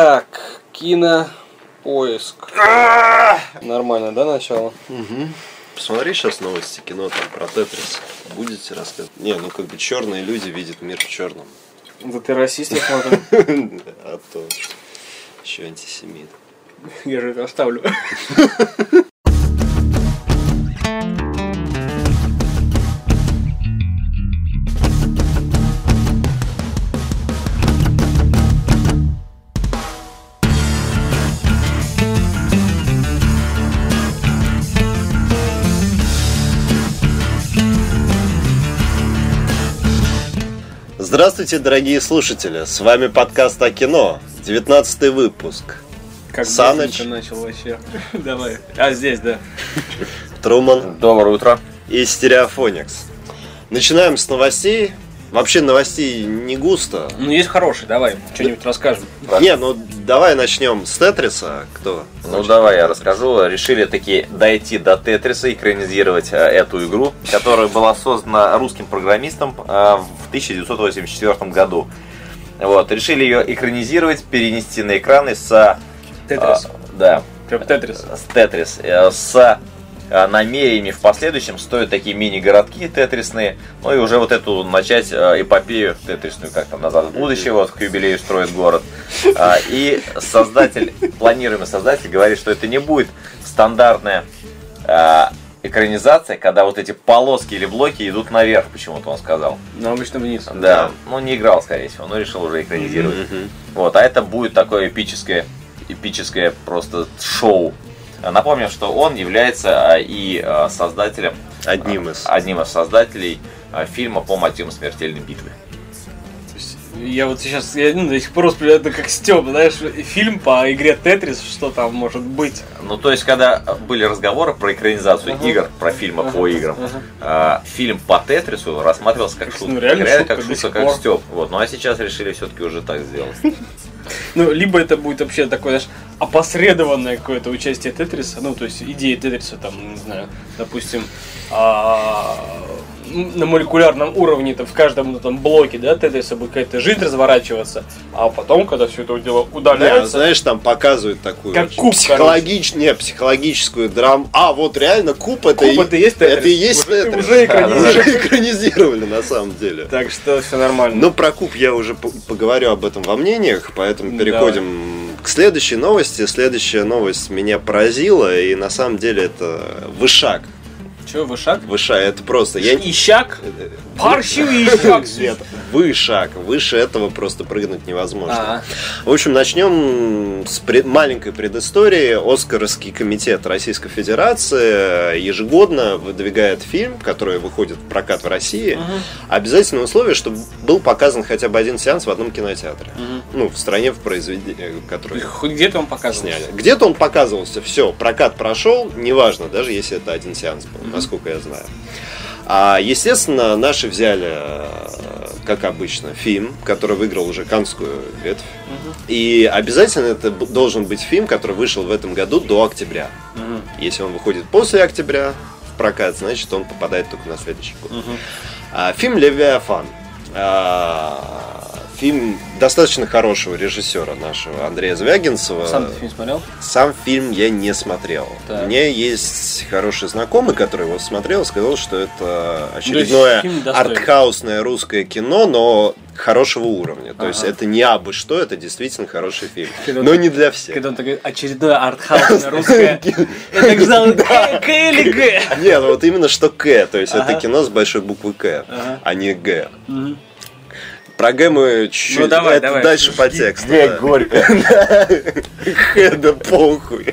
Так, кинопоиск. А! Нормально, да, начало? Посмотри сейчас новости кино там про Тетрис. Будете рассказывать? Не, ну как бы черные люди видят мир в черном. Да ты расист, я смотрю. А то еще антисемит. Я же это оставлю. Здравствуйте, дорогие слушатели! С вами подкаст о кино. 19 выпуск. Как Саныч. быстренько начал вообще. Давай. А, здесь, да. Труман Доброе утро. и Стереофоникс. Начинаем с новостей. Вообще новостей не густо. Ну, есть хороший, давай, что-нибудь расскажем. Не, ну давай начнем с Тетриса. Кто? Ну давай я расскажу. Решили таки дойти до Тетриса, экранизировать э, эту игру, которая была создана русским программистом э, в 1984 году. Вот, решили ее экранизировать, перенести на экраны с... э, Тетрис. да, Прям Тетрис. с Тетрис. э, С э, намерениями в последующем стоят такие мини-городки тетрисные, ну и уже вот эту начать э, эпопею тетрисную, как там, назад в будущее, вот к юбилею строит город. А, И создатель, планируемый создатель говорит, что это не будет стандартная э, экранизация, когда вот эти полоски или блоки идут наверх, почему-то он сказал. Но обычно вниз. Да, ну не играл, скорее всего, но решил уже экранизировать. Мгм. Вот, а это будет такое эпическое, эпическое просто шоу. А, Напомним, что он является а, и а, создателем, Одним из. одним из создателей а, фильма по мотивам смертельной битвы. То есть Я вот сейчас, я ну, до сих пор вспоминаю, это как Степ, знаешь, фильм по игре Тетрис, что там может быть. Ну, то есть, когда были разговоры про экранизацию Ага. игр, про фильмы по Ага, играм, ага. а, фильм по Тетрису рассматривался как Ну, шутка. реально шутка как до шутка, сих как пор. стёб. Вот, ну а сейчас решили все-таки уже так сделать. Ну, либо это будет вообще такое, знаешь, опосредованное какое-то участие Тетриса, ну, то есть идея Тетриса, там, не знаю, допустим, а, м, на молекулярном уровне, там, в каждом ну, там, блоке, да, Тетриса будет какая-то жизнь разворачиваться, а потом, когда все это дело Да, удаляется, а знаешь, там показывают такую Как куб, психологич- не, психологическую драму. А, вот реально куб это, Куб и... это и есть Тетрис. это и есть Уже- Тетрис. уже Да, экранизировали. уже экранизировали на самом деле. так что все нормально. Ну, про куб я уже по- поговорю об этом во мнениях, поэтому Ну, переходим к следующей новости. Следующая новость меня поразила, и на самом деле это вышаг. Че, вышаг? Выша, это просто... Я... Э, Ищак? Паршивый ищак, Свет. Вышаг. Выше этого просто прыгнуть невозможно. А, В общем, начнем с пред- маленькой предыстории. Оскаровский комитет Российской Федерации э, ежегодно выдвигает фильм, который выходит в прокат в России. Мгм. Обязательное условие, чтобы был показан хотя бы один сеанс в одном кинотеатре. Мгм. Ну, в стране, в произведении, То есть которое Хоть где-то он показывал. сняли. Где-то он показывался, все, прокат прошел, неважно, даже если это один сеанс был, насколько я знаю. А, естественно, наши взяли, э, как обычно, фильм, который выиграл уже Канскую ветвь. И обязательно это б- должен быть фильм, который вышел в этом году до октября. Мгм. Если он выходит после октября в прокат, значит он попадает только на следующий год. Мгм. А, Фильм «Левиафан». А, Фильм достаточно хорошего режиссера нашего Андрея Звягинцева. Сам ты фильм смотрел? Сам фильм я не смотрел. Так. У меня есть хороший знакомый, который его смотрел, сказал, что это есть очередное фильм достоин. артхаусное русское кино, но хорошего уровня. То есть Ага. это не абы что, это действительно хороший фильм. Когда Но ты- не для всех. Когда он такой очередное артхаусное русское. Я так ждал К К или Г. Нет, ну вот именно что К, то есть это Ага. кино с большой буквы К, Ага. а не Г. Про Г мы чуть-чуть... Ну, давай, это давай. дальше по тексту. да. горько. Хе, да похуй.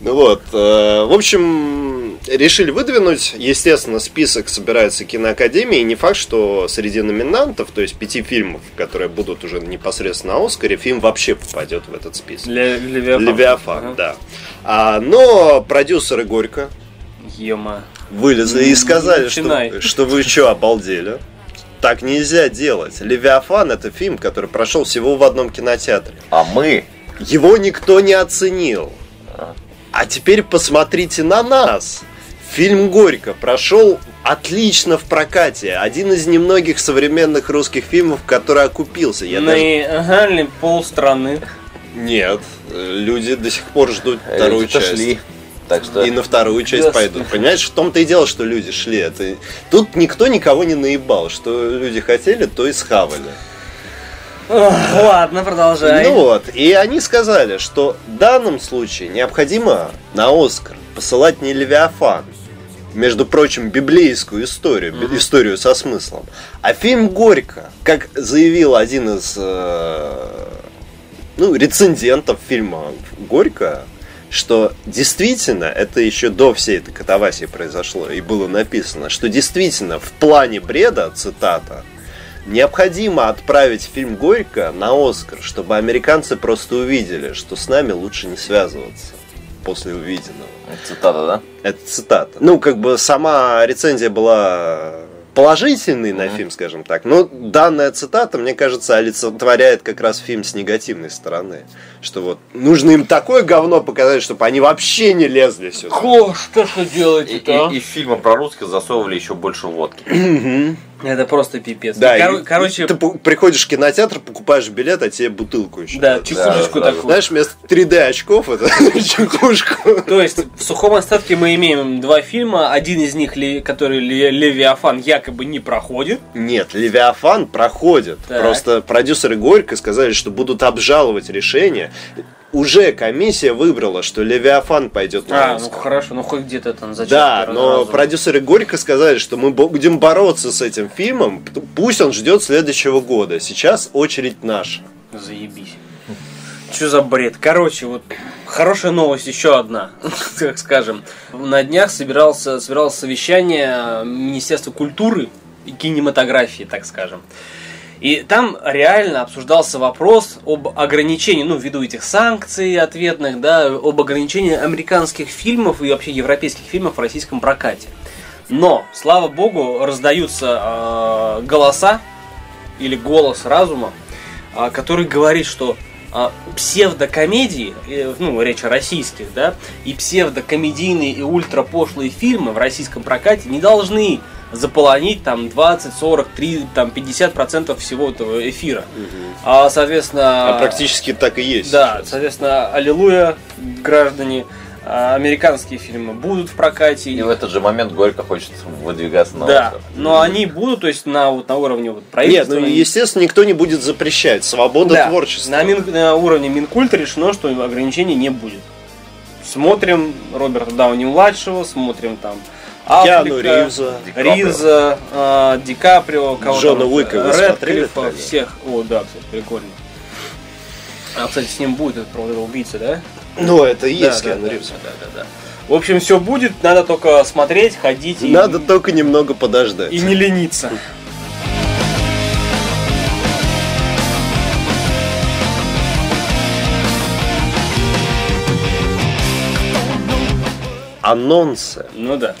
Ну вот, э, в общем, решили выдвинуть. Естественно, список собирается киноакадемии. И не факт, что среди номинантов, то есть пяти фильмов, которые будут уже непосредственно на Оскаре, фильм вообще попадет в этот список. Левиафан, да. А, но продюсеры Горько Ема. вылезли и Не сказали, начинай. что, что вы что, обалдели? Так нельзя делать. Левиафан это фильм, который прошел всего в одном кинотеатре. А мы Его никто не оценил. А теперь посмотрите на нас. Фильм «Горько» прошел отлично в прокате. Один из немногих современных русских фильмов, который окупился. Я На даже- пол полстраны. Нет, э, люди до сих пор ждут вторую Люди-то часть. э, шли. Так что И на вторую часть Ясно. пойдут. Понимаешь, в том-то и дело, что люди шли. Это... Тут никто никого не наебал. Что люди хотели, то и схавали. Ох, Ладно, продолжай. Ну вот, и они сказали, что в данном случае необходимо на Оскар посылать не Левиафан, между прочим, библейскую историю, би- историю со смыслом, а фильм Горько, как заявил один из э, ну, рецензентов фильма Горько, что действительно, это еще до всей этой катавасии произошло и было написано, что действительно в плане бреда, цитата, Необходимо отправить фильм «Горько» на «Оскар», чтобы американцы просто увидели, что с нами лучше не связываться после увиденного. цитата, да? Это цитата. Ну, как бы сама рецензия была положительной на фильм, скажем так. Но данная цитата, мне кажется, олицетворяет как раз фильм с негативной стороны. Что вот нужно им такое говно показать, чтобы они вообще не лезли сюда. Хо, что же И, делаете-то? а? и- и в фильмы про русских засовывали еще больше водки. Это просто пипец. Да, И коро- и короче, ты пу- приходишь в кинотеатр, покупаешь билет, а тебе бутылку еще. да, дадут. чехушечку да, да. такую. Знаешь, вместо 3D очков это чекушку. То есть в сухом остатке мы имеем два фильма. Один из них, ле- который ле- Левиафан якобы не проходит. Нет, Левиафан проходит. Так. Просто продюсеры Горько сказали, что будут обжаловать решение. Уже комиссия выбрала, что Левиафан пойдет на А, ну Оскар. хорошо, ну хоть где-то там зачем. Да, но продюсеры Горько сказали, что мы бо- будем бороться с этим фильмом, п- пусть он ждет следующего года. Сейчас очередь наша. Заебись. Что за бред? Короче, вот хорошая новость еще одна, так скажем. На днях собирался, собиралось совещание Министерства культуры и кинематографии, так скажем. И там реально обсуждался вопрос об ограничении, ну, ввиду этих санкций ответных, да, об ограничении американских фильмов и вообще европейских фильмов в российском прокате. Но, слава богу, раздаются э, голоса или голос разума, а, который говорит, что а, псевдокомедии, э, ну, речь о российских, да, и псевдокомедийные и ультрапошлые фильмы в российском прокате не должны заполонить там 20, 40, 30, там 50 процентов всего этого эфира. А, соответственно... А практически так и есть. Да, сейчас. соответственно, аллилуйя, граждане, а, американские фильмы будут в прокате. И в этот же момент Горько хочет выдвигаться на да, Оскар. но они будут, то есть на, вот, на уровне вот, Нет, правительства. ну естественно, никто не будет запрещать. Свобода Да, творчества. На, Мин- на уровне Минкульта решено, что ограничений не будет. Смотрим Роберта Дауни-младшего, смотрим там Киану Аффлека, Ривза. Ди Каприо. Риза, э, Ди Каприо, кого Джона там, Уика вы э, смотрели Рэдклиффа, трейлер? всех. О, да, кстати, прикольно. А, кстати, с ним будет этот про этого убийца, да? Ну, это и Да, есть да, Киану да, Ривз. да, да, да. В общем, все будет, надо только смотреть, ходить и, Надо только немного подождать. и не лениться. Анонсы. Ну да.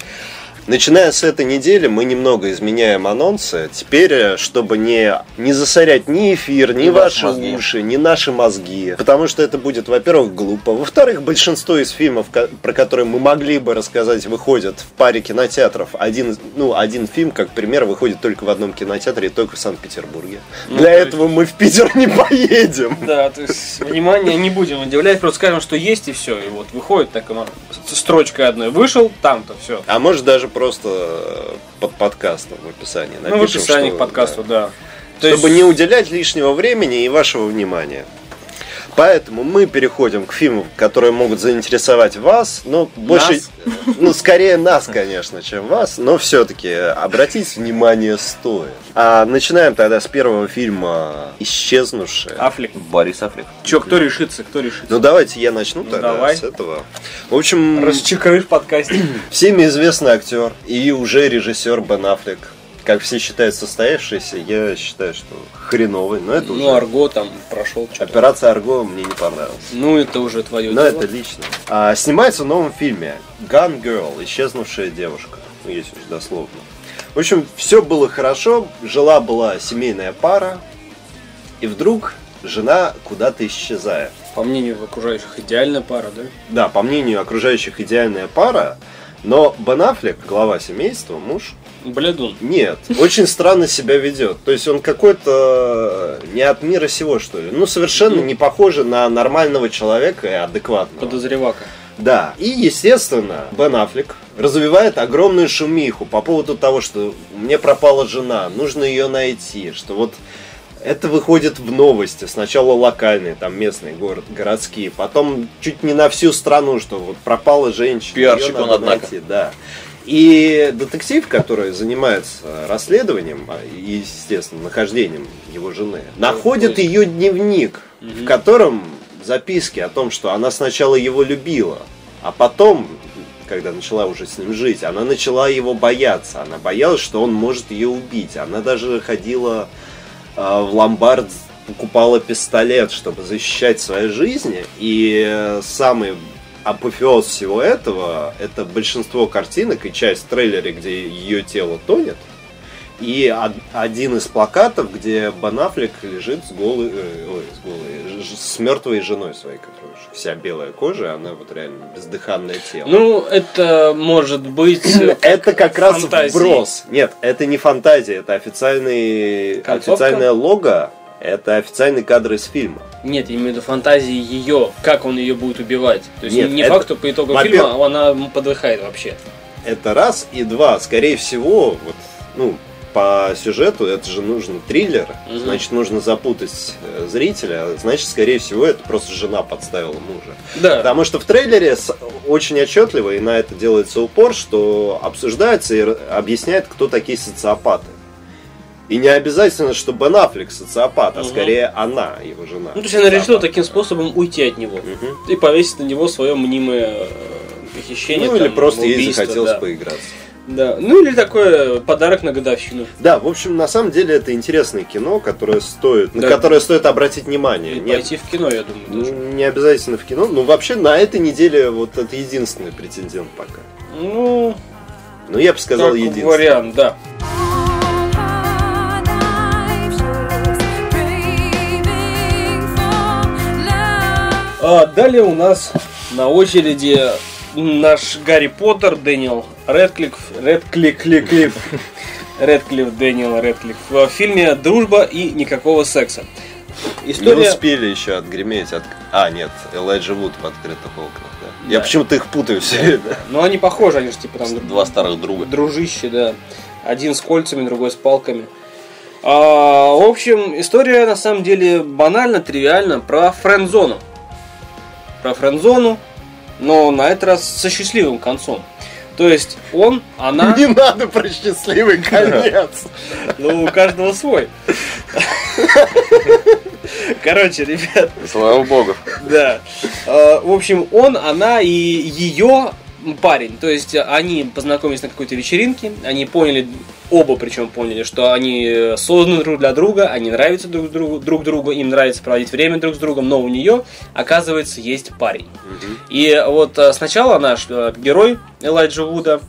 Начиная с этой недели мы немного изменяем анонсы. Теперь, э, чтобы не, не засорять ни эфир, ни И ваши ваши мозги. уши, ни наши мозги. Потому что это будет, во-первых, глупо. Во-вторых, большинство из фильмов, ко- про которые мы могли бы рассказать, выходят в паре кинотеатров. Один, ну, один фильм, как пример, выходит только в одном кинотеатре и только в Санкт-Петербурге. Для Ну, то есть- этого мы в Питер не поедем. Да, то есть, внимание, не будем удивлять, просто скажем, что есть и все. И вот выходит так оно, с- строчкой одной вышел, там-то Ну, все. А может даже просто э, под подкастом в описании напишем. Ну, в описании что- к подкасту, да. да. То Чтобы есть, не уделять лишнего времени и вашего внимания. Поэтому мы переходим к фильмам, которые могут заинтересовать вас, но больше, Нас? ну скорее нас, конечно, чем вас, но все-таки обратить внимание стоит. А начинаем тогда с первого фильма "Исчезнувшие". Афлик. Борис Африк. Че, кто решится, кто решится? Ну давайте я начну Ну, тогда давай. с этого. В общем, Расчекрыш подкастик. всеми известный актер и уже режиссер Бен Аффлек. Как все считают состоявшийся, я считаю, что хреновый, но это Ну, уже... Арго там прошел что-то. Операция Арго мне не понравилась. Ну, это уже твое Но это дело. лично. А, снимается в новом фильме Gun Girl, исчезнувшая девушка. Ну, если уж дословно. В общем, все было хорошо, жила-была семейная пара, и вдруг жена куда-то исчезает. По мнению окружающих, идеальная пара, да? Да, по мнению окружающих, идеальная пара, но Бен Аффлек, глава семейства, муж, Блядун. Нет, очень странно себя ведет. То есть он какой-то э, не от мира сего, что ли. Ну, совершенно не похоже на нормального человека и адекватного. Подозревака. Да. И, естественно, Бен Аффлек развивает огромную шумиху по поводу того, что мне пропала жена, нужно ее найти, что вот это выходит в новости. Сначала локальные, там местные город, городские, потом чуть не на всю страну, что вот пропала женщина. Пиарщик её он, надо однако. найти, да. И детектив, который занимается расследованием а, и, естественно, нахождением его жены, Ну, находит ее дневник, в котором записки о том, что она сначала его любила, а потом, когда начала уже с ним жить, она начала его бояться. Она боялась, что он может ее убить. Она даже ходила а, в ломбард покупала пистолет, чтобы защищать свою жизнь. И э, самый апофеоз всего этого – это большинство картинок и часть в трейлере, где ее тело тонет. И од- один из плакатов, где Бен Аффлек лежит с голой, э, ой, с голой, ж- с мертвой женой своей, которая уже вся белая кожа, она вот реально бездыханное тело. Ну, это может быть... э, Это как раз фантазии. вброс. Нет, это не фантазия, это официальный, Концовка? официальное лого, это официальный кадр из фильма. Нет, я имею в виду фантазии ее, как он ее будет убивать. То есть Нет, не это- факт, что по итогу Во-первых- фильма она подыхает вообще. Это раз и два. Скорее всего, вот, ну, по сюжету это же нужен триллер, Мгм. значит, нужно запутать э, зрителя, значит, скорее всего, это просто жена подставила мужа. Да. Потому что в трейлере с- очень отчетливо, и на это делается упор, что обсуждается и р- объясняет, кто такие социопаты. И не обязательно, что Бен Аффлек социопат, а Мгм. скорее она, его жена. Ну, то есть она решила социопат. таким способом уйти от него. Мгм. И повесить на него свое мнимое э, похищение. Ну или там, просто ей убийство, захотелось да. поиграться. Да. Ну или такой подарок на годовщину. Да, в общем, на самом деле это интересное кино, которое стоит, на Да. которое стоит обратить внимание. И Не- пойти в кино, я думаю, ну, даже. не обязательно в кино, но вообще на этой неделе вот это единственный претендент пока. Ну, Ну, я бы сказал, как единственный. вариант, да. All our lives, craving for love. А далее у нас на очереди наш Гарри Поттер, Дэниел Редклифф, Редклифф, Клифф, Редклифф, Дэниел Редклифф. В фильме «Дружба и никакого секса». Не История... успели еще отгреметь. от- А, нет, Элайджа Вуд в открытых окнах, да. Я Да. почему-то их путаю все время. Ну, они похожи, они же типа там Два старых друга. дружище, да. Один с кольцами, другой с палками. А, в общем, история на самом деле банально, тривиально про френдзону. Про френдзону, но на этот раз со счастливым концом. То есть он, она... Не надо про счастливый конец. Ну, у каждого свой. Короче, ребят, Слава богу. да. Э, В общем, он, она и ее парень. То есть э, они познакомились на какой-то вечеринке, они поняли, оба причем поняли, что они э, созданы друг для друга, они нравятся друг другу, друг другу, им нравится проводить время друг с другом, но у нее, оказывается, есть парень. И вот э, сначала наш э, герой Элайджа Вуда,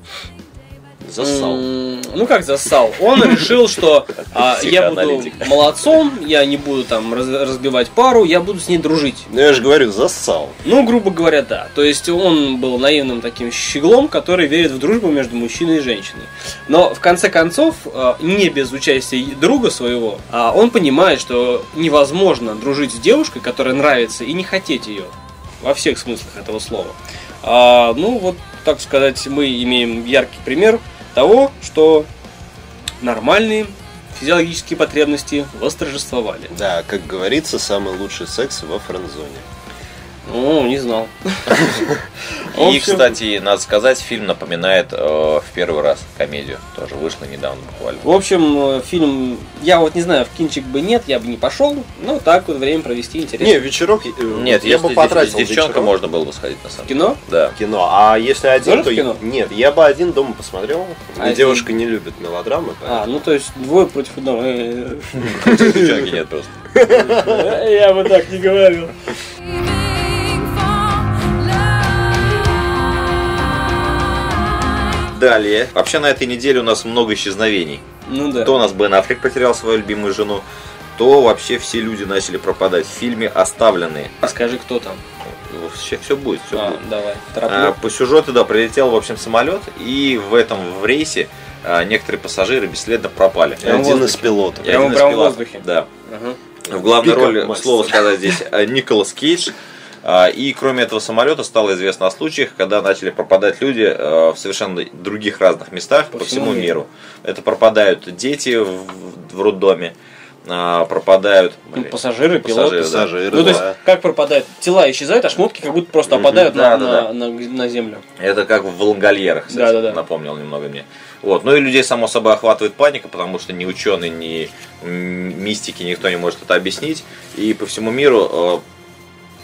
Зассал. М, Ну как зассал? Он решил, что а, я буду Психоаналитик. молодцом, я не буду там раз- разбивать пару, я буду с ней дружить. Ну, я же говорю, зассал. Ну, грубо говоря, да. То есть он был наивным таким щеглом, который верит в дружбу между мужчиной и женщиной. Но в конце концов, э, не без участия друга своего, а он понимает, что невозможно дружить с девушкой, которая нравится, и не хотеть ее. Во всех смыслах этого слова. А, ну, вот, так сказать, мы имеем яркий пример того, что нормальные физиологические потребности восторжествовали. Да, как говорится, самый лучший секс во френдзоне. О, не знал. В И, общем- кстати, надо сказать, фильм напоминает э, в первый раз комедию. Тоже вышла недавно буквально. В общем, э, фильм, я вот не знаю, в кинчик бы нет, я бы не пошел, но так вот время провести интересно. Не, вечерок... э, Нет, я если бы дев- потратил с девчонкой вечерок. можно было бы сходить на В самом деле. кино? Да. кино. А если Тоже один, то в кино? А нет, я бы один дома посмотрел. Один. Девушка не любит мелодрамы. А, ну то есть двое против одного. Э, Девчонки нет просто. э, Я бы так не говорил. Craving for love. Далее. Вообще на этой неделе у нас много исчезновений. Ну да. То у нас Бен Аффлек потерял свою любимую жену, то вообще все люди начали пропадать в фильме «Оставленные». Скажи, кто там. Сейчас все будет, все А, будет. давай, А, тороплю. по сюжету, да, прилетел, в общем, самолет, и в этом в рейсе а, а, некоторые пассажиры бесследно пропали. Я в Один из воздухе. пилотов. И Прямо- один из прямо в пилотов, воздухе? Да. Ага. В главной Пикап роли, к мастер. слову сказать, здесь э, Николас Кейдж. А, И кроме этого самолета стало известно о случаях, когда начали пропадать люди э, в совершенно других разных местах по, всему миру. Это пропадают дети в, в роддоме, а, пропадают Ну, блин, пассажиры, пилоты. пассажиры, да. Пассажиры, Ну, то есть, да. как пропадают? Тела исчезают, а шмотки как будто просто Мгм. опадают на, Да, да, на- на- на землю. Это как в лонгольерах, кстати, Да-да-да. напомнил немного мне. Вот. Ну и людей, само собой, охватывает паника, потому что ни ученые, ни м, мистики, никто не может это объяснить. И по всему миру э,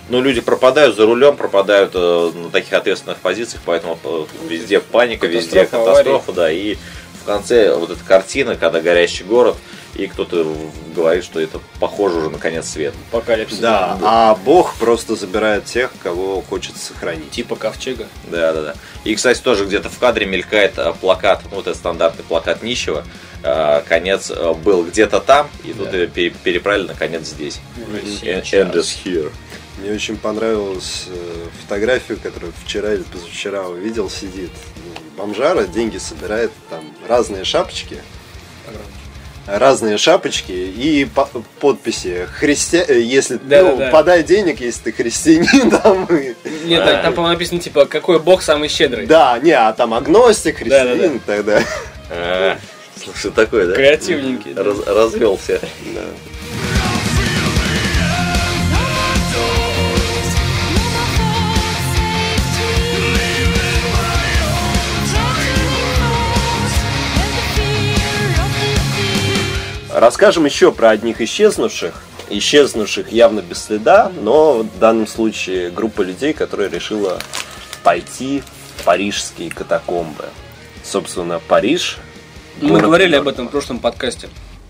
ну, люди пропадают за рулем, пропадают э, на таких ответственных позициях, поэтому э, везде паника, везде Катастрофа, катастрофа, да. И в конце вот эта картина, когда горящий город, и кто-то в- говорит, что это похоже уже на конец света. Апокалипсис. Да, а Бог просто забирает тех, кого хочет сохранить. Типа ковчега. Да, да, да. И, кстати, тоже где-то в кадре мелькает э, плакат, ну, вот этот стандартный плакат нищего. Э, Конец э, был где-то там, и тут Да. ее пере- переправили на конец здесь. Россия. End is here. Мне очень понравилась э, фотография, которую вчера или позавчера увидел, сидит ну, бомжара, деньги собирает, там разные шапочки, разные шапочки и по- подписи христи... э, если Да, ну, да, да. подай денег, если ты христианин, там и- Нет, так, там, по-моему, написано, типа, какой бог самый щедрый. Да, не, а там агностик, христианин Да, да, да. и так далее. Э. А, Слушай, такой, да? Креативненький. да. Раз- развел всех. Расскажем еще про одних исчезнувших. Исчезнувших явно без следа, но в данном случае группа людей, которая решила пойти в парижские катакомбы. Собственно, Париж. Мы город- говорили об этом в прошлом подкасте.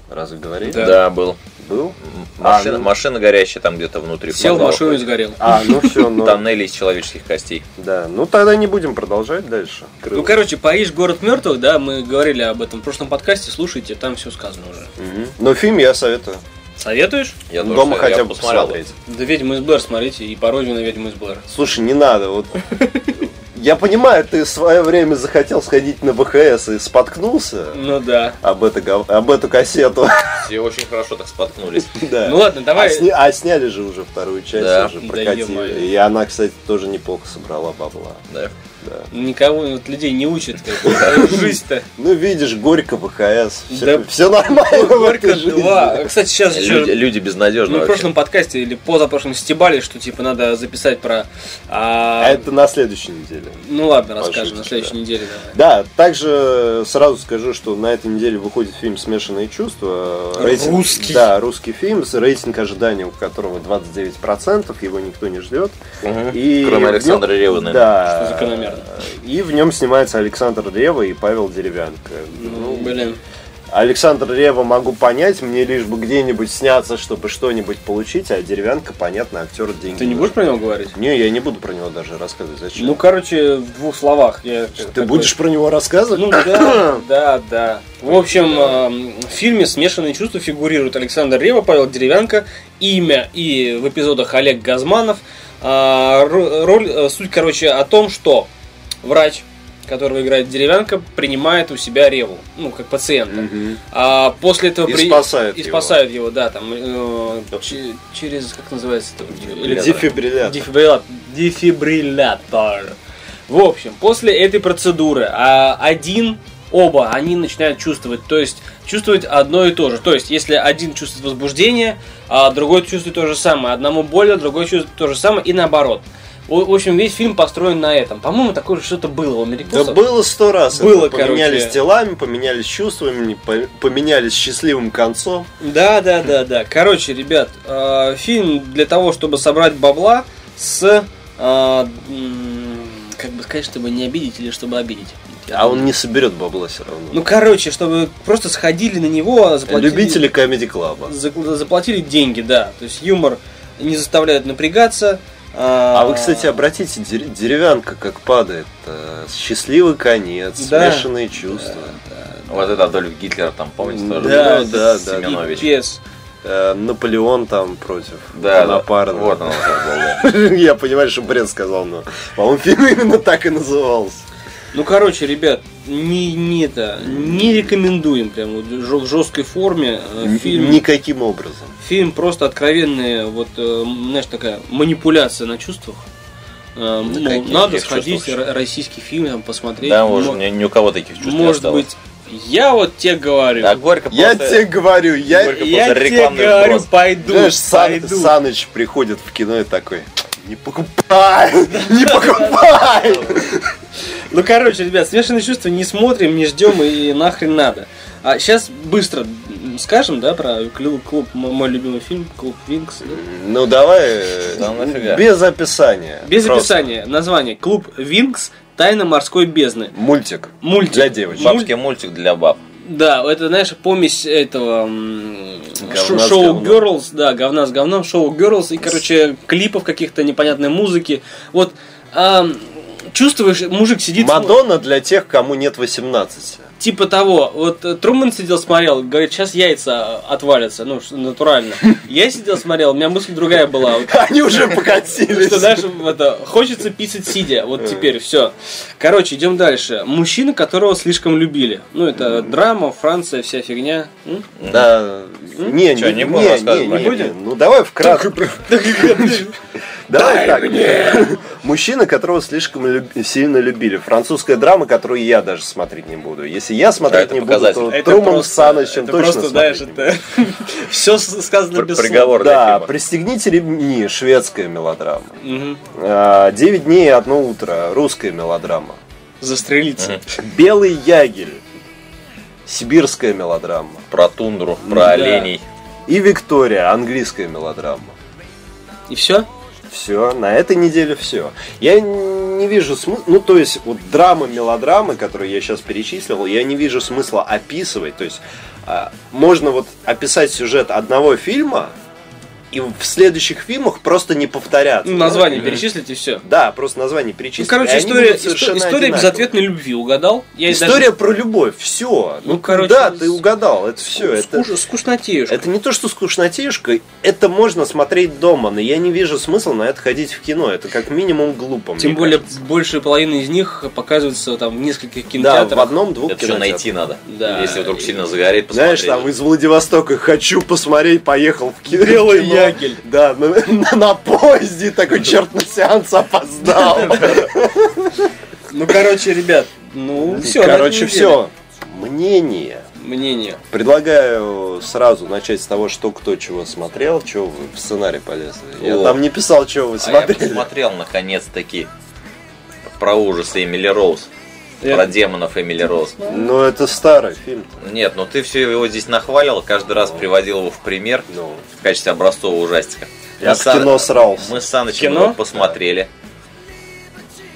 Разве говорили? Да. Да, был. Был? Машина, ну. машина горящая там где-то внутри. Сел в подвала машину и ходит. сгорел. А, ну все, ну, Тоннели из человеческих костей. да. Ну тогда не будем продолжать дальше. Ну, короче, Париж город мертвых, да, мы говорили об этом в прошлом подкасте, слушайте, там все сказано уже. Мгм. Но фильм я советую. Советуешь? Я тоже- Ну, Дома я хотя бы посмотрел. посмотреть. Да «Ведьму из Блэр» смотрите, и пародию на «Ведьму из Блэр». Слушай, не надо, вот. Я понимаю, ты в свое время захотел сходить на БХС и споткнулся Ну да. об, это гов- об эту кассету. Все очень хорошо так споткнулись. Да. Ну ладно, давай. А, сня- а сняли же уже вторую часть, Да. уже Да прокатили. е-мое. И она, кстати, тоже неплохо собрала бабла. Да. Никого вот, людей не учат. как бы. Жизнь-то. Ну, видишь, горько ВХС. Все, Да. нормально. в этой Горько жизни. два. Кстати, сейчас Люди, люди Мы безнадежны ну, в вообще. прошлом подкасте или позапрошлом стебали, что типа надо записать про... а, А это на следующей неделе. Ну ладно, расскажем Пожить, на следующей да. неделе. давай. Да, также сразу скажу, что на этой неделе выходит фильм «Смешанные чувства». А, Русский. Да, русский фильм, с рейтинг ожидания у которого 29%, его никто не ждет. Мгм. И Кроме в нем- Александра Ревы, наверное. Да. Что закономерно. И в нем снимается Александр Рева и Павел Деревянко. Ну, блин. Александр Рева могу понять, мне лишь бы где-нибудь сняться, чтобы что-нибудь получить, а Деревянко, понятно, актер деньги. Ты не будешь нужны. про него говорить? Не, я не буду про него даже рассказывать. Зачем? Ну, короче, в двух словах. Я Ты такой- будешь про него рассказывать? Ну да, да, да. В общем, эм, в фильме «Смешанные чувства» фигурируют Александр Рева, Павел Деревянко, имя и в эпизодах Олег Газманов. А, ро- Роль, э, суть, короче, о том, что врач, которого играет Деревянко, принимает у себя Реву, ну, как пациента. Мгм. А после этого... И спасает И его. спасает его, да, там, э, че- через, как называется это? Дефибриллятор. Дефибриллятор. Дефибриллятор. В общем, после этой процедуры а, один, оба, они начинают чувствовать, то есть чувствовать одно и то же. То есть, если один чувствует возбуждение, а другой чувствует то же самое, одному больно, другой чувствует то же самое и наоборот. В в общем, весь фильм построен на этом. По-моему, такое что-то было у Да американцев. было сто раз. Было, Это поменялись короче. телами, поменялись чувствами, по- поменялись счастливым концом. Да, да, да, да. Короче, ребят, э, фильм для того, чтобы собрать бабла с... э, м, как бы сказать, чтобы не обидеть или чтобы обидеть. А он не соберет бабла все равно. Ну, короче, чтобы просто сходили на него, заплатили... Любители комеди клаба. зак- Заплатили деньги, да. То есть юмор не заставляет напрягаться. А вы, кстати, обратите, дер- деревянка как падает. э, Счастливый конец, Да. смешанные чувства. Вот это Адольф Гитлер там, помните, тоже Да, был? да, да. Семенович. Пипец. Э, Наполеон там против Да, да. Бонапарта. Вот он уже был, да. Я понимаю, что бред сказал, но по-моему фильм именно так и назывался. Ну, короче, ребят, не, не это, не рекомендуем прям вот жё- в жесткой форме э, Н- фильм. Никаким образом. Фильм просто откровенная, вот, э, знаешь, такая манипуляция на чувствах. Э, ну, каких надо чувствах сходить, вообще? р- российский фильм там посмотреть. Да, уже Мо- ни, ни у кого таких чувств не Может осталось. быть, я вот тебе говорю. Да, горько Я просто- тебе говорю, я... Горько я просто тебе рекламный говорю, вброс. пойду, Знаешь, Сан- пойду. Саныч приходит в кино и такой, не покупай, не покупай. Ну, короче, ребят, смешанные чувства не смотрим, не ждем и нахрен надо. А сейчас быстро м, скажем, да, про клуб, клуб м- мой любимый фильм, клуб Винкс. да? Ну давай, э, Да нафига? без описания. Без Просто описания. Название. Клуб Винкс. Тайна морской бездны. Мультик. Мультик. Для девочек. Муль- Бабский мультик для баб. Да, это, знаешь, помесь этого м, Говна шо- с шоу говном. Girls, да, говна с говном, шоу Girls и, короче, клипов каких-то непонятной музыки. Вот ам, чувствуешь, мужик сидит, смо- Мадонна для тех, кому нет 18. типа того. Вот э, Трумэн сидел, смотрел, говорит, сейчас яйца э, отвалятся, ну, что натурально. Я сидел, смотрел, у меня мысль другая была. Вот, Они уже Что покатились. даже это, хочется писать сидя, вот теперь все. Короче, идем дальше. Мужчина, которого слишком любили. Ну, это драма, Франция, вся фигня. М? Да, не, Чё, не, не не, будем рассказывать, не, про не, него? не. ну давай вкратце. Давай так. Мужчина, которого слишком люб- сильно любили. Французская драма, которую я даже смотреть не буду. Если я смотреть это не буду, то показатель. Это Трумом с просто- Санычем это точно просто, смотреть знаешь, не это все сказано Пр- без Приговор Да, для фильма. пристегните ремни, шведская мелодрама. слов. Мгм. А, Девять дней и одно утро, русская мелодрама. Застрелиться. Белый ягель, сибирская мелодрама. Про тундру, про Да. оленей. И Виктория, английская мелодрама. И все? Все, на этой неделе все. Я не вижу смысла, ну то есть вот драмы, мелодрамы, которые я сейчас перечислил, я не вижу смысла описывать. То есть а, можно вот описать сюжет одного фильма и в следующих фильмах просто не повторяться. Ну, название перечислить и все. Да, просто название Ну, перечислить. короче, история, исто- история безответной любви, угадал? Я даже- История про любовь, все. Ну, Ну, короче, да, с- ты угадал, это все. это... Скуш- Скучнотеюшка. Это не то, что скучнотешка, это можно смотреть дома, но я не вижу смысла на это ходить в кино. Это как минимум глупо. мне Тем более, кажется. большая половина из них показывается там в нескольких да, в кинотеатрах. одном-двух Это что кинотеатрах. найти надо. Да. Если вдруг сильно загорит, посмотреть. Знаешь, там из Владивостока хочу посмотреть, поехал в кино. Белый в кино. ягель. Да, на, на- на поезде такой черт на сеанс опоздал. Ну, короче, ребят, ну, все. Короче, все. Мнение. Мнение. Предлагаю сразу начать с того, что кто чего смотрел, что вы в сценарий полезли. Я О. там не писал, что вы А я смотрели. посмотрел наконец-таки про ужасы Эмили Роуз. Я- Про демонов Эмили Роуз. Но это старый фильм. Нет, ну ты все его здесь нахвалил, каждый раз приводил его в пример Ну, в качестве образцового ужастика. Я Мы в с Сан- кино срался. Мы с Санычем В кино? его посмотрели.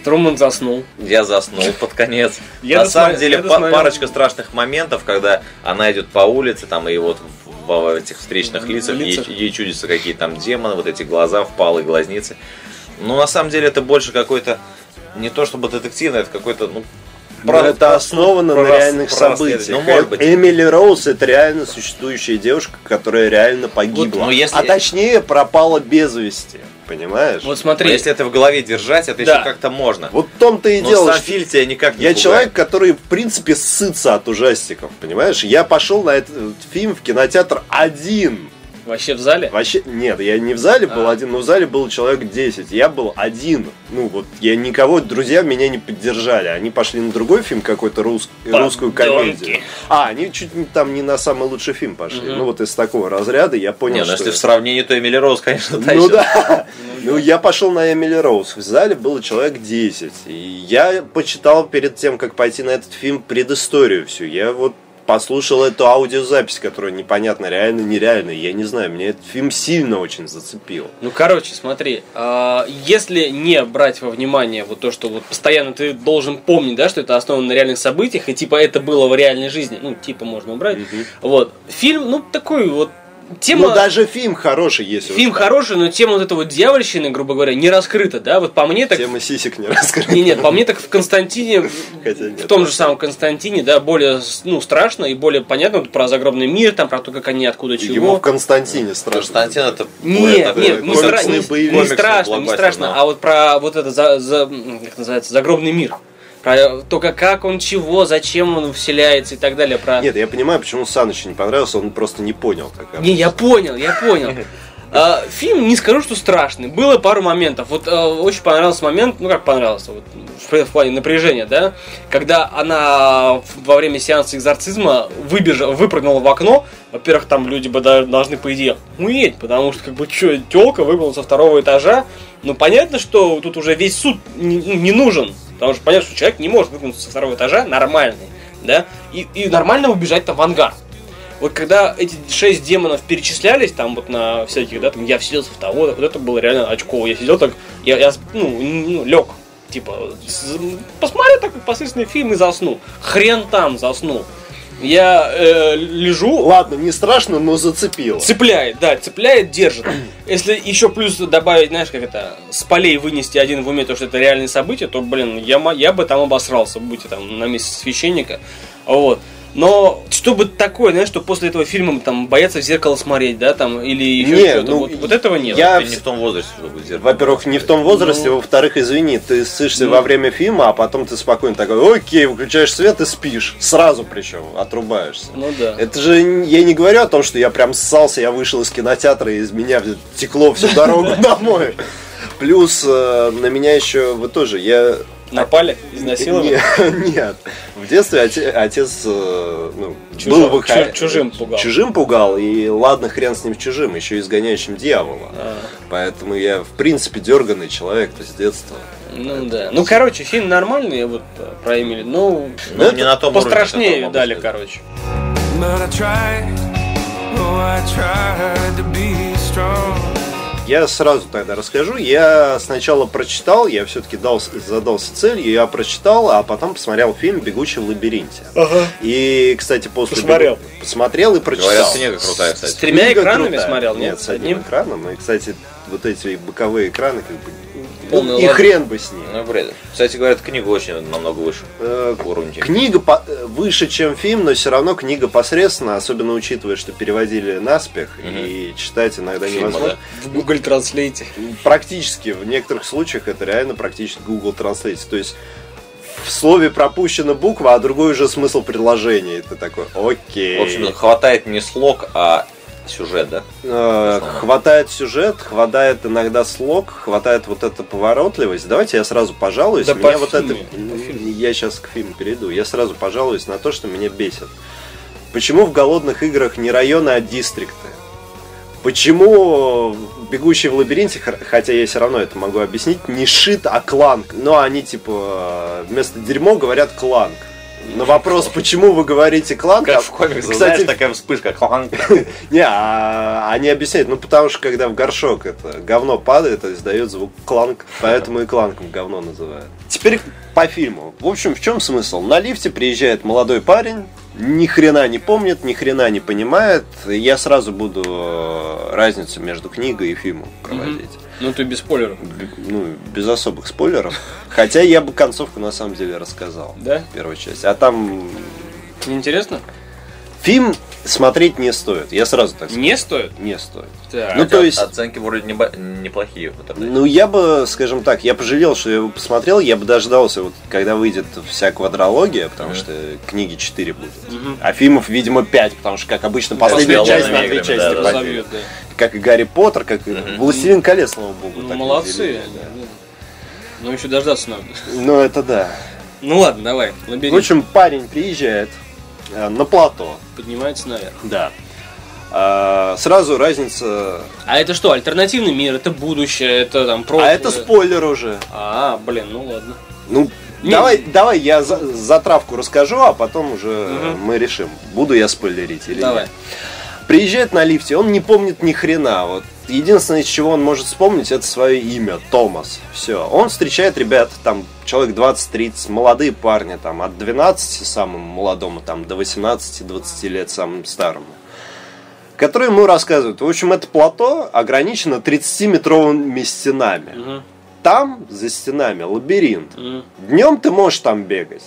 Труман заснул. Я заснул под конец. Я На досмотр- самом деле я па- досмотрел. парочка страшных моментов, когда она идет по улице, там и вот в- в этих встречных лицах ей, лицах. ей чудятся какие там демоны, вот эти глаза, впалые глазницы. Но на самом деле это больше какой-то не то чтобы детективный, это какой-то ну Но про- это основано про на рас- реальных про событиях. расследование. Ну, может быть. Эмили Роуз это реально существующая девушка, которая реально погибла. Вот, ну, если- А точнее пропала без вести. Понимаешь? Вот Вот, Но смотри. если это в голове держать, это Да. еще как-то можно. в том-то и Но дело. что Софиль тебя никак не Я Ну, пугает. человек, который, в принципе, сытся от ужастиков, понимаешь? Я пошел на этот фильм в кинотеатр один. Вообще в зале? Вообще, нет, я не в зале был А. один, но в зале был человек 10. Я был один. Ну, вот я никого, друзья меня не поддержали. Они пошли на другой фильм, какой-то рус- русскую комедию. А, они чуть не- там не на самый лучший фильм пошли. Мгм. Ну, вот из такого разряда я понял, Не, ну что... если в сравнении, то Эмили Роуз, конечно, Ну тащит. да. Ну я пошел на Эмили Роуз. В зале было человек 10. И я почитал перед тем, как пойти на этот фильм, предысторию всю. Я вот послушал эту аудиозапись, которая непонятно, реально, нереально. Я не знаю, меня этот фильм сильно очень зацепил. Ну, короче, смотри, а, если не брать во внимание вот то, что вот постоянно ты должен помнить, да, что это основано на реальных событиях, и типа это было в реальной жизни, ну, типа можно убрать, вот, фильм, ну, такой вот, тема... Ну даже фильм хороший, если Фильм уж хороший, но тема вот этой вот дьявольщины, грубо говоря, не раскрыта, да? Вот по мне так. так... Тема сисек не раскрыта. Не, нет, по мне так в Константине, Хотя в нет. ну, том же самом Константине, да, более ну, страшно и более понятно вот про загробный мир, там про то, как они откуда чего. Ему в Константине страшно. Константин это... Нет, это- нет, не, комиксный стра- не- не боевик. страшно, А не Комиксный ну. страшно, блокбастер, а вот про вот это за, за- м, как называется загробный мир. Про только как он чего, зачем он вселяется и так далее. Про... Нет, я понимаю, почему Санычу не понравился, он просто не понял, как Не, я понял, я понял. А, Фильм, не скажу, что страшный. Было пару моментов. Вот э, очень понравился момент, ну как понравился, вот, в в плане напряжения, да? Когда она в- во время сеанса экзорцизма выбежала, выпрыгнула в окно. Во-первых, там люди бы да- должны, по идее, уметь, потому что, как бы, что, телка выпрыгнула со второго этажа. Ну, понятно, что тут уже весь суд не, ну, не нужен. Потому что понятно, что человек не может выпрыгнуть со второго этажа нормальный, да? И, и нормально убежать там в ангар. Вот когда эти шесть демонов перечислялись, там вот на всяких, да, там я вселился в того, вот это было реально очково. Я сидел так, я, я, ну, ну, лег, типа, с- посмотрел такой посредственный фильм и заснул. Хрен там заснул. Я э, лежу, Ладно, не страшно, но зацепило. Цепляет, да, цепляет, держит. Если еще плюс добавить, знаешь, как это, с полей вынести один в уме, то, что это реальные события, то, блин, я, мо- я бы там обосрался, будь я там на месте священника. Вот. Но что бы такое, знаешь, что после этого фильма там боятся в зеркало смотреть, да, там, или еще Не, что-то. ну, вот, вот этого нет. я- Ты не в том возрасте, чтобы зеркало. Во-первых, не в том возрасте, Ну. во-вторых, извини, ты сышься Ну. во время фильма, а потом ты спокойно такой, окей, выключаешь свет и спишь. Сразу причем, отрубаешься. Ну да. Это же н- я не говорю о том, что я прям ссался, я вышел из кинотеатра, и из меня текло всю дорогу домой. Плюс э, на меня еще, вы тоже, я... Напали, изнасиловали. Не- Нет. В детстве оте- отец э, ну, Чужим- был выходя- чу- чужим пугал. Чужим пугал, и ладно, хрен с ним чужим, еще и изгоняющим дьявола. А, Поэтому я, в принципе, дерганный человек, то есть с детства. ну да. Ну, короче, фильм нормальный, вот э, про Эмили, но Ну, это не на том уровне, который пострашнее мог дали, быть. короче. But I tried, oh, I tried to be strong. Я сразу тогда расскажу. Я сначала прочитал, я все-таки дал, задался целью, я прочитал, а потом посмотрел фильм «Бегущий в лабиринте». И, кстати, после... Посмотрел. «Бегу- Посмотрел и прочитал. Говорят, книга крутая, С кстати. тремя Книга экранами крутая. смотрел, нет? с одним, экраном. И, кстати, вот эти боковые экраны как бы... Полный и лад. хрен бы с ним. Ну, бред. Кстати, говорят, книгу очень намного выше. Э, Уровень техники. Книга по- э, выше, чем фильм, но все равно книга посредственно, особенно учитывая, что переводили наспех и читать иногда Фильма, невозможно. да. В Google Translate. Практически, в некоторых случаях это реально практически Google Translate. То есть в слове пропущена буква, а другой уже смысл предложения. Это такой, окей. В общем, хватает не слог, а сюжет, да? Э, хватает сюжет, хватает иногда слог, хватает вот эта поворотливость. Давайте я сразу пожалуюсь. Да меня по вот фильму, это... Я сейчас к фильму перейду. Я сразу пожалуюсь на то, что меня бесит. Почему в голодных играх не районы, а дистрикты? Почему бегущий в лабиринте, хр- хотя я все равно это могу объяснить, не шит, а кланг? Но они типа э, вместо дерьмо говорят кланг. На вопрос, почему вы говорите кланг, а- Как в комиксах, знаешь, такая вспышка. кланг. не, а они объясняют, ну потому что когда в горшок это говно падает, это издает звук кланк, поэтому и кланком говно называют. Теперь по фильму. В общем, в чем смысл? На лифте приезжает молодой парень, ни хрена не помнит, ни хрена не понимает. Я сразу буду э, разницу между книгой и фильмом проводить. Ну ты без спойлеров. Б- Ну, без особых спойлеров. Хотя я бы концовку на самом деле рассказал. Да? Первая часть. А там Интересно? фильм смотреть не стоит. Я сразу так скажу. Не стоит? Не стоит. Так. Ну, то Хотя есть- Оценки вроде неба- неплохие. вот это. Ну, я бы, скажем так, я пожалел, что я его посмотрел, я бы дождался, вот, когда выйдет вся квадрология, потому что книги 4 будут. А фильмов, видимо, 5, потому что, как обычно, Ну, последняя последняя часть на главная две играми, части да, да. поделят. Разовьет, да. Как и Гарри Поттер, как и Властелин колец, слава богу. Ну, так молодцы. разделили, да. да. Ну еще дождаться надо. Ну, это да. Ну ладно, давай. В Лабиринт общем, парень приезжает э, на плато. поднимается наверх. Да. сразу разница... А это что, альтернативный мир? Это будущее, это там прошлое? А это спойлер уже. А, блин, ну ладно. Ну, Не. давай, давай я за, затравку расскажу, а потом уже э, Мгм. мы решим, буду я спойлерить или Давай. нет. Приезжает на лифте, он не помнит ни хрена. Вот единственное, из чего он может вспомнить, это свое имя Томас. Все. Он встречает ребят, там человек 20-30, молодые парни, там от 12 самому молодому, там до 18-20 лет самым старому. Которые ему рассказывают. В общем, это плато ограничено 30-метровыми стенами. Мгм. Там, за стенами, лабиринт. Мгм. Днем ты можешь там бегать,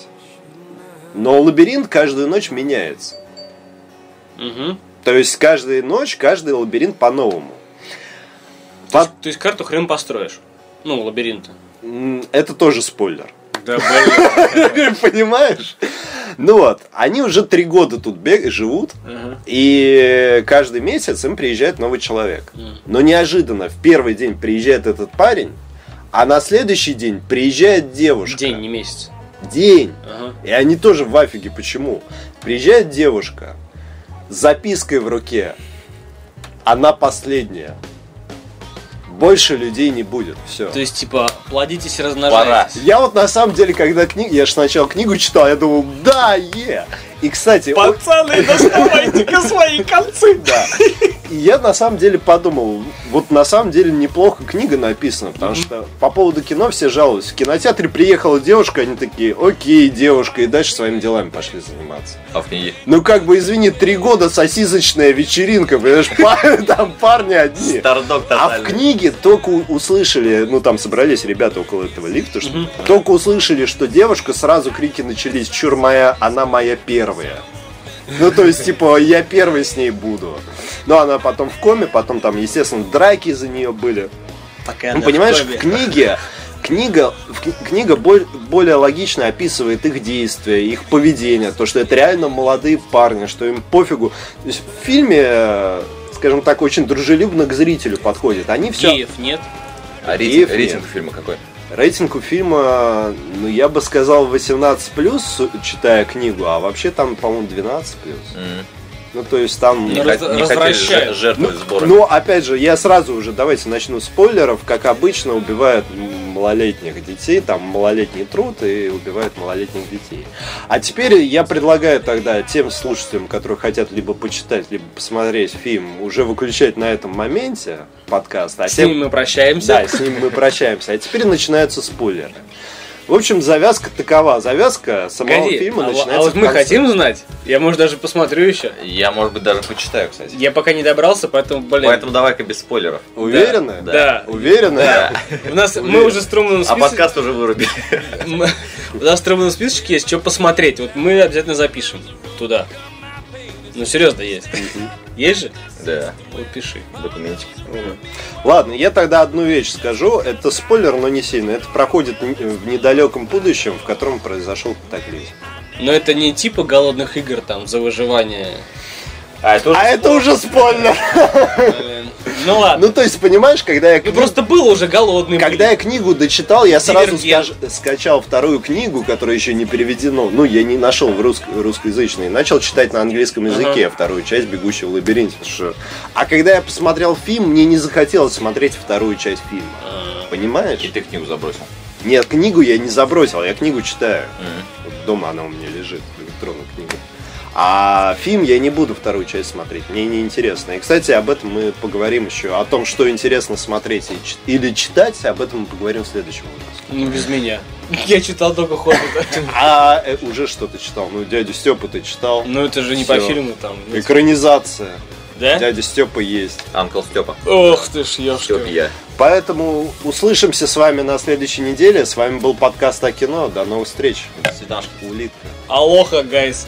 но лабиринт каждую ночь меняется. Мгм. То есть каждую ночь, каждый лабиринт по-новому. По- А То есть карту хрен построишь. Ну, лабиринта. М, Это тоже спойлер. Да, блин. Понимаешь? Ну вот, они уже три года тут бег- живут, Мгм. и каждый месяц им приезжает новый человек. Но неожиданно в первый день приезжает этот парень, а на следующий день приезжает девушка. День, не месяц. День. Ага. И они тоже в афиге. Почему? Приезжает девушка с запиской в руке. Она последняя. Больше людей не будет. Все. То есть, типа, плодитесь, и размножайтесь. Я вот на самом деле, когда книгу... Я же сначала книгу читал, я думал, да, е! И, кстати, о- Пацаны, доставайте-ка свои концы. да. И я на самом деле подумал, вот на самом деле неплохо книга написана, потому что по поводу кино все жалуются. В кинотеатре приехала девушка, они такие, окей, девушка, и дальше своими делами пошли заниматься. А в книге? Ну как бы, извини, три года сосисочная вечеринка, понимаешь, пар- там парни одни. Стардок А в тотальный. книге только у- услышали, ну там собрались ребята около этого лифта, что только услышали, что девушка, сразу крики начались, чур моя, она моя первая. Ну то есть, типа, я первый с ней буду. Ну она потом в коме, потом там, естественно, драки за нее были. Пока Ну, понимаешь, в книге книга, в кни- книга боль- более логично описывает их действия, их поведение, то, что это реально молодые парни, что им пофигу. То есть в фильме, э, скажем так, очень дружелюбно к зрителю подходит. Они все... Киев нет. А рейтинг, Киев рейтинг нет. фильма какой? Рейтинг у фильма, ну, я бы сказал, 18+, су- читая книгу, а вообще там, по-моему, 12+. Мгм. Ну, то есть там... Не, Ну, хот- раз- не хотели развращает. жер- жертвовать сборами. Ну, опять же, я сразу уже, давайте начну с спойлеров. Как обычно, убивают м, малолетних детей, там малолетний труд и убивают малолетних детей. А теперь я предлагаю тогда тем слушателям, которые хотят либо почитать, либо посмотреть фильм, уже выключать на этом моменте подкаст. А С тем- ними мы прощаемся. да, с ним мы прощаемся. А теперь начинаются спойлеры. В общем, завязка такова. Завязка самого Погоди, фильма а, во- начинается а вот в мы конце. хотим знать. Я, может, даже посмотрю еще. Я, может быть, даже почитаю, кстати. Я пока не добрался, поэтому, блин. Поэтому давай-ка без спойлеров. Ну, Уверены? Да. Уверены? У нас мы уже с Труманом А список... подкаст уже вырубили. мы- У нас в Труманом списочке есть что посмотреть. Вот мы обязательно запишем туда. Ну серьезно есть. Есть же? Да, Вот пиши. документик. Ладно, я тогда одну вещь скажу. Это спойлер, но не сильно. Это проходит н- в недалеком будущем, в котором произошел катаклизм. Но это не типа голодных игр там за выживание. А это уже А это уже спойлер! Блин. Ну ладно. Ну, то есть, понимаешь, когда я... Ну кни- просто был уже голодный. Когда я книгу дочитал, я сразу Дивергент. скаж- скачал вторую книгу, которая еще не переведена. Ну, я не нашел в рус- русскоязычной. Начал читать на английском языке вторую часть «Бегущего в лабиринте». потому что- А когда я посмотрел фильм, мне не захотелось смотреть вторую часть фильма. И А. Понимаешь? ты книгу забросил. Нет, книгу я не забросил, я книгу читаю. Вот дома она у меня лежит, электронная книга. А фильм я не буду вторую часть смотреть, мне не интересно. И, кстати, об этом мы поговорим еще, о том, что интересно смотреть и чит- или читать, об этом мы поговорим в следующем выпуске. Ну без меня. Я читал только Хоббита. А э, уже что-то читал, ну, дядю Степу ты читал, Ну это же не по Всё. фильму там. экранизация, Да? дядя Степа есть. Анкл Степа. Ох ты ж, я Степ я. Поэтому услышимся с вами на следующей неделе, с вами был подкаст о кино, до новых встреч. Свиданшки. Улитка. Алоха, гайс.